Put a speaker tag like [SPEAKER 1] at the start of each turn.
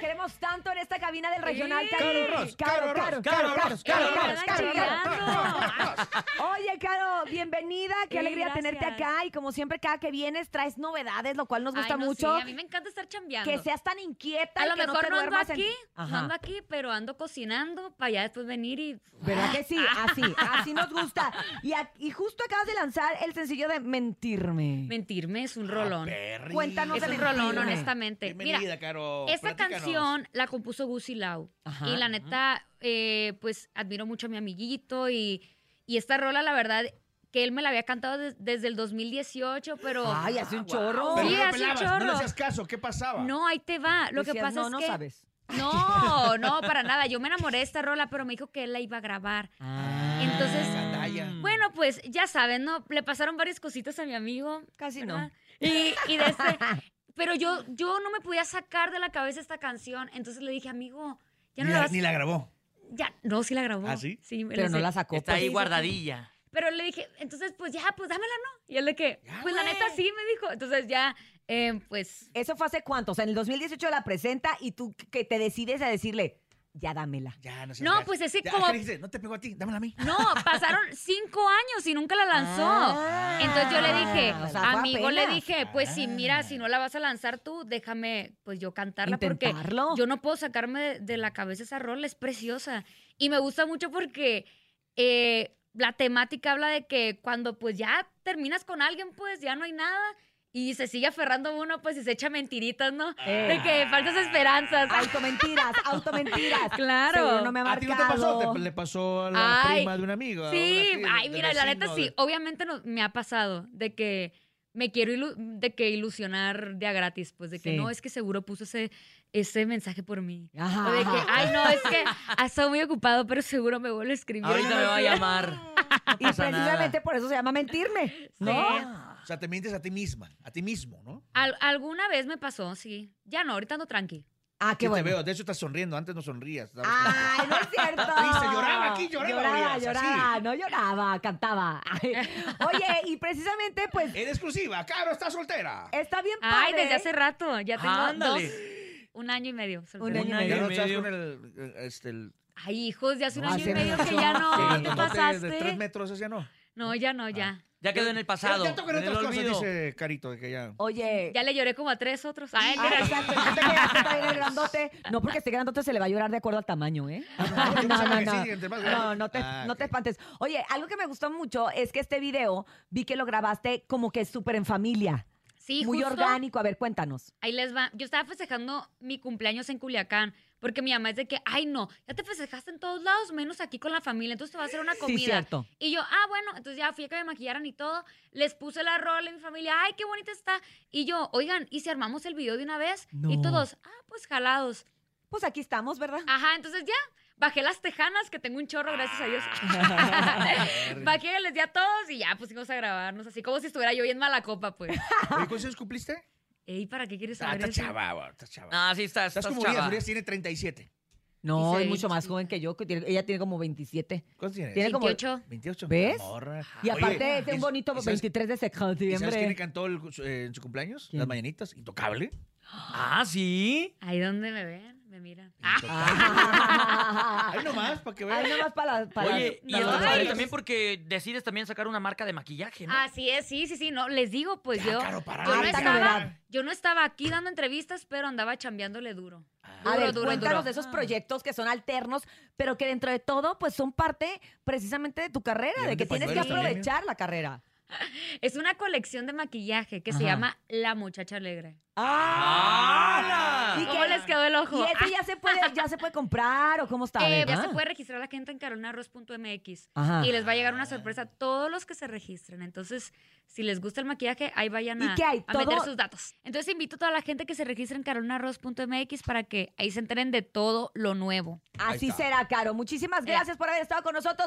[SPEAKER 1] queremos tanto en esta cabina del regional
[SPEAKER 2] Sí.
[SPEAKER 1] Caribe.
[SPEAKER 3] Carros,
[SPEAKER 1] Caro,
[SPEAKER 3] carros,
[SPEAKER 1] Caro,
[SPEAKER 3] carros,
[SPEAKER 1] Caro,
[SPEAKER 3] carros,
[SPEAKER 1] Caro,
[SPEAKER 3] carros,
[SPEAKER 1] Caro,
[SPEAKER 3] carros,
[SPEAKER 1] Caro. Oye, Caro, bienvenida. Qué
[SPEAKER 2] Sí,
[SPEAKER 1] alegría tenerte
[SPEAKER 2] gracias.
[SPEAKER 1] acá. Y como siempre, cada que vienes traes novedades, lo cual nos gusta
[SPEAKER 2] Ay, no,
[SPEAKER 1] mucho.
[SPEAKER 2] sí, a mí me encanta estar chambeando.
[SPEAKER 1] Que seas tan inquieta.
[SPEAKER 2] a
[SPEAKER 1] y
[SPEAKER 2] lo
[SPEAKER 1] que no,
[SPEAKER 2] mejor
[SPEAKER 1] te
[SPEAKER 2] no, ando
[SPEAKER 1] duermas en-
[SPEAKER 2] aquí, no
[SPEAKER 1] Ajá.
[SPEAKER 2] ando aquí, pero ando cocinando para ya después venir y...
[SPEAKER 1] ¿Verdad que sí?
[SPEAKER 2] Ah.
[SPEAKER 1] Así, así nos gusta. Y, a- y justo acabas de lanzar el sencillo de Mentirme.
[SPEAKER 2] Mentirme es un rolón.
[SPEAKER 3] Perry.
[SPEAKER 1] Cuéntanos
[SPEAKER 2] Es
[SPEAKER 1] de
[SPEAKER 2] un rolón,
[SPEAKER 1] Mentirme.
[SPEAKER 2] honestamente.
[SPEAKER 3] Bienvenida,
[SPEAKER 2] Mira,
[SPEAKER 3] Caro.
[SPEAKER 2] esta
[SPEAKER 3] platícanos.
[SPEAKER 2] canción la compuso Gusi Lau.
[SPEAKER 1] Ajá,
[SPEAKER 2] y la neta, eh, pues admiro mucho a mi amiguito y, y esta rola, la verdad, que él me la había cantado des- desde el 2018, pero... Ah,
[SPEAKER 1] Ay, hace un chorro.
[SPEAKER 3] Pero
[SPEAKER 2] Sí,
[SPEAKER 3] no la
[SPEAKER 2] hace un
[SPEAKER 3] pelabas, no le
[SPEAKER 2] chorro.
[SPEAKER 3] hacías caso, ¿qué pasaba?
[SPEAKER 2] No, ahí te va. Lo que
[SPEAKER 1] Decías,
[SPEAKER 2] pasa
[SPEAKER 1] no,
[SPEAKER 2] es
[SPEAKER 1] no
[SPEAKER 2] que...
[SPEAKER 1] sabes.
[SPEAKER 2] No, no, para nada. Yo me enamoré de esta rola, pero me dijo que él la iba a grabar.
[SPEAKER 3] Ah,
[SPEAKER 2] Entonces,
[SPEAKER 3] Gandalla.
[SPEAKER 2] bueno, pues ya saben, ¿no? Le pasaron varias cositas a mi amigo.
[SPEAKER 1] Casi
[SPEAKER 2] ¿verdad? Y, y de este- pero yo, yo no me podía sacar de la cabeza esta canción. Entonces le dije, amigo, ya no
[SPEAKER 3] ni,
[SPEAKER 2] la
[SPEAKER 3] la,
[SPEAKER 2] vas
[SPEAKER 3] ni la grabó.
[SPEAKER 2] Ya, no, sí la grabó.
[SPEAKER 3] ¿Ah, sí?
[SPEAKER 2] me
[SPEAKER 1] Pero no
[SPEAKER 2] sé.
[SPEAKER 1] la sacó.
[SPEAKER 4] Está
[SPEAKER 1] pues.
[SPEAKER 4] ahí guardadilla.
[SPEAKER 2] Pero le dije, entonces, pues ya, pues dámela, ¿no? Y él de que,
[SPEAKER 3] Ya,
[SPEAKER 2] pues la
[SPEAKER 3] güey.
[SPEAKER 2] neta sí, me dijo. Entonces ya, eh, pues,
[SPEAKER 1] ¿Eso fue hace cuánto? O sea, en el 2018 la presenta y tú que te decides a decirle, ya dámela.
[SPEAKER 3] Ya, no sé.
[SPEAKER 2] No, pues es que como-
[SPEAKER 3] no te pegó a ti, dámela a mí.
[SPEAKER 1] Eh.
[SPEAKER 2] no, pasaron cinco años y nunca la lanzó.
[SPEAKER 1] Ah.
[SPEAKER 2] Entonces yo le dije,
[SPEAKER 1] O sea, fue
[SPEAKER 2] amigo, le
[SPEAKER 1] apenas.
[SPEAKER 2] dije, pues si
[SPEAKER 3] Ah.
[SPEAKER 2] mira, si no la vas a lanzar tú, déjame, pues yo cantarla porque
[SPEAKER 1] Intentarlo.
[SPEAKER 2] yo no puedo sacarme de, de la cabeza esa rola, es preciosa. Y me gusta mucho porque eh, la temática habla de que cuando pues ya terminas con alguien, pues ya no hay nada. Y se sigue aferrando uno, pues y se echa mentiritas, ¿no?
[SPEAKER 3] Ah.
[SPEAKER 2] De que falsas esperanzas.
[SPEAKER 1] Automentiras, automentiras.
[SPEAKER 2] Claro.
[SPEAKER 1] Seguro no me ha
[SPEAKER 3] ¿A ti no te pasó?
[SPEAKER 1] marcado.
[SPEAKER 3] Te- le pasó a la
[SPEAKER 2] Ay,
[SPEAKER 3] prima de un amigo.
[SPEAKER 2] Sí,
[SPEAKER 3] una-
[SPEAKER 2] ay,
[SPEAKER 3] del
[SPEAKER 2] mira, la neta
[SPEAKER 3] vecino,
[SPEAKER 2] sí.
[SPEAKER 3] del-
[SPEAKER 2] Obviamente no- me ha pasado de que me quiero ilu- de que ilusionar de a gratis, pues de que
[SPEAKER 1] Sí.
[SPEAKER 2] no, es que seguro puso ese, ese mensaje por mí.
[SPEAKER 1] Ajá,
[SPEAKER 2] O de que,
[SPEAKER 1] ajá.
[SPEAKER 2] ay, no, es que ha estado muy ocupado, pero seguro me vuelve a escribir.
[SPEAKER 4] Ahorita me va a llamar.
[SPEAKER 1] Y
[SPEAKER 4] pasa
[SPEAKER 1] precisamente
[SPEAKER 4] nada.
[SPEAKER 1] por eso se llama mentirme.
[SPEAKER 2] Sí.
[SPEAKER 1] ¿No?
[SPEAKER 3] O sea, te mientes a ti misma, a ti mismo, ¿no?
[SPEAKER 2] Al- alguna vez me pasó, sí. Ya no, ahorita ando tranqui.
[SPEAKER 1] Ah, qué
[SPEAKER 3] Yo te
[SPEAKER 1] bueno. Ah.
[SPEAKER 3] veo, de hecho estás sonriendo, antes no sonrías. estabas
[SPEAKER 1] Ay, no es cierto.
[SPEAKER 3] Dice, lloraba aquí, lloraba,
[SPEAKER 1] Lloraba,
[SPEAKER 3] Urias,
[SPEAKER 1] lloraba,
[SPEAKER 3] así.
[SPEAKER 1] no lloraba, cantaba. Ay. Oye, y precisamente, pues,
[SPEAKER 3] En exclusiva, Caro está soltera.
[SPEAKER 1] está bien padre. Ah,
[SPEAKER 2] Ay, desde hace rato, ya tengo
[SPEAKER 4] Ándale.
[SPEAKER 2] dos, un año y medio.
[SPEAKER 1] Un
[SPEAKER 2] soltera.
[SPEAKER 1] año y medio.
[SPEAKER 3] Ya no
[SPEAKER 4] y
[SPEAKER 3] estás
[SPEAKER 4] medio.
[SPEAKER 3] con el, eh, este, el-
[SPEAKER 2] Ay, hijos, ya hace un
[SPEAKER 1] No,
[SPEAKER 2] año
[SPEAKER 1] hace
[SPEAKER 2] y medio
[SPEAKER 1] mucho.
[SPEAKER 2] que ya
[SPEAKER 3] el
[SPEAKER 2] no,
[SPEAKER 3] grandote
[SPEAKER 2] te
[SPEAKER 3] de tres
[SPEAKER 2] pasaste.
[SPEAKER 3] metros, ese ya no.
[SPEAKER 2] No, ya no, ya.
[SPEAKER 4] Ya quedó en el pasado.
[SPEAKER 3] Ya, ya tocan
[SPEAKER 4] en el
[SPEAKER 3] otras cosas,
[SPEAKER 4] olvido.
[SPEAKER 3] dice Carito, de que ya...
[SPEAKER 1] Oye.
[SPEAKER 2] Ya le lloré como a tres otros.
[SPEAKER 1] Ah,
[SPEAKER 2] Ay, mira.
[SPEAKER 1] exacto, yo te quedas tú también el grandote. No, porque este grandote se le va a llorar de acuerdo al tamaño, ¿eh?
[SPEAKER 3] Ah, no, yo
[SPEAKER 1] No,
[SPEAKER 3] pensaba
[SPEAKER 1] no,
[SPEAKER 3] que
[SPEAKER 1] no.
[SPEAKER 3] sí, entre más grande.
[SPEAKER 1] No, no te,
[SPEAKER 3] Ah,
[SPEAKER 1] no
[SPEAKER 3] ok.
[SPEAKER 1] te espantes. Oye, algo que me gustó mucho es que este video vi que lo grabaste como que súper en familia.
[SPEAKER 2] Sí,
[SPEAKER 1] muy
[SPEAKER 2] justo,
[SPEAKER 1] orgánico. A ver, cuéntanos.
[SPEAKER 2] Ahí les va. Yo estaba festejando mi cumpleaños en Culiacán. Porque mi mamá es de que, ay, no, ya te festejaste en todos lados, menos aquí con la familia. Entonces te va a hacer una comida.
[SPEAKER 1] Sí, cierto.
[SPEAKER 2] Y yo, ah, bueno, entonces ya fui a que me maquillaran y todo. Les puse la rola y mi familia, ay, qué bonita está. Y yo, oigan, ¿y si armamos el video de una vez?
[SPEAKER 1] No.
[SPEAKER 2] Y todos, ah, pues jalados.
[SPEAKER 1] Pues aquí estamos, ¿verdad?
[SPEAKER 2] Ajá, entonces ya. Bajé las tejanas, que tengo un chorro, gracias a Dios.
[SPEAKER 1] Ah.
[SPEAKER 3] Ah,
[SPEAKER 2] Bajé, les di a todos y ya pusimos a grabarnos, así como si estuviera yo en mala copa, pues.
[SPEAKER 3] Oye, ¿Cuántos años cumpliste?
[SPEAKER 2] Ey, ¿para qué quieres
[SPEAKER 3] Ah,
[SPEAKER 2] saber
[SPEAKER 3] está
[SPEAKER 2] eso?
[SPEAKER 3] chava, güey, está chava.
[SPEAKER 4] Ah, sí, estás,
[SPEAKER 3] Estás
[SPEAKER 4] estás
[SPEAKER 3] como Urias,
[SPEAKER 4] chava.
[SPEAKER 3] Urias tiene 37.
[SPEAKER 1] No,
[SPEAKER 2] Y se
[SPEAKER 1] es
[SPEAKER 2] ve
[SPEAKER 1] mucho más
[SPEAKER 2] chiquita.
[SPEAKER 1] joven que yo. que tiene- ella tiene como 27.
[SPEAKER 3] ¿Cuántos tienes?
[SPEAKER 1] Tiene como-
[SPEAKER 2] 28.
[SPEAKER 3] 28.
[SPEAKER 1] ¿Ves?
[SPEAKER 3] Morra.
[SPEAKER 1] Y
[SPEAKER 3] Ah, Oye,
[SPEAKER 1] aparte es de un
[SPEAKER 3] ¿y-
[SPEAKER 1] bonito
[SPEAKER 3] y sabes-
[SPEAKER 1] 23 de
[SPEAKER 3] ¿Y sabes quién le
[SPEAKER 1] septiembre.
[SPEAKER 3] cantó el- su- eh, en su cumpleaños?
[SPEAKER 1] ¿Quién?
[SPEAKER 3] Las mañanitas. Intocable.
[SPEAKER 4] Ah, sí.
[SPEAKER 2] Ahí donde me ven, me miran. Ah,
[SPEAKER 3] Ahí nomás, para que veas.
[SPEAKER 1] Ay, nomás para... para
[SPEAKER 4] Oye, y
[SPEAKER 1] para los
[SPEAKER 4] esto es padre
[SPEAKER 1] padres.
[SPEAKER 4] también porque decides también sacar una marca de maquillaje, ¿no?
[SPEAKER 2] Así es, sí, sí, sí, no, les digo, pues
[SPEAKER 3] Ya,
[SPEAKER 2] yo,
[SPEAKER 3] Caro, para.
[SPEAKER 2] yo, no
[SPEAKER 1] Alta
[SPEAKER 2] estaba,
[SPEAKER 1] novedad.
[SPEAKER 2] yo no estaba aquí dando entrevistas, pero andaba chambeándole duro.
[SPEAKER 4] Ah.
[SPEAKER 1] A
[SPEAKER 2] Duro,
[SPEAKER 1] ver,
[SPEAKER 2] duro,
[SPEAKER 1] cuéntanos
[SPEAKER 2] duro. Ah.
[SPEAKER 1] de esos proyectos que son alternos, pero que dentro de todo, pues son parte precisamente de tu
[SPEAKER 3] Y
[SPEAKER 1] carrera, de
[SPEAKER 3] eran
[SPEAKER 1] que
[SPEAKER 3] de
[SPEAKER 1] tienes que
[SPEAKER 3] pañuelos también,
[SPEAKER 1] aprovechar la carrera.
[SPEAKER 2] Es una colección de maquillaje que se
[SPEAKER 1] Ajá.
[SPEAKER 2] llama La Muchacha Alegre.
[SPEAKER 4] ¡Hala!
[SPEAKER 1] Ah. ¿Y
[SPEAKER 2] ¿Cómo
[SPEAKER 1] qué-
[SPEAKER 2] les quedó el ojo?
[SPEAKER 1] Y ese ya se puede, ya se puede comprar o cómo está.
[SPEAKER 2] Eh, ya
[SPEAKER 1] ¿verdad?
[SPEAKER 2] se puede registrar la gente en carolinarroz.mx
[SPEAKER 1] Ajá.
[SPEAKER 2] y les va a llegar una sorpresa a todos los que se registren. Entonces, si les gusta el maquillaje, ahí vayan
[SPEAKER 1] ¿Y
[SPEAKER 2] a,
[SPEAKER 1] qué hay?
[SPEAKER 2] a meter
[SPEAKER 1] Todo-
[SPEAKER 2] sus datos. Entonces, invito a toda la gente que se registre en carolinarroz.mx para que ahí se enteren de todo lo nuevo.
[SPEAKER 1] Así
[SPEAKER 3] está.
[SPEAKER 2] Eh.
[SPEAKER 1] será, Caro. Muchísimas gracias por haber estado con nosotros.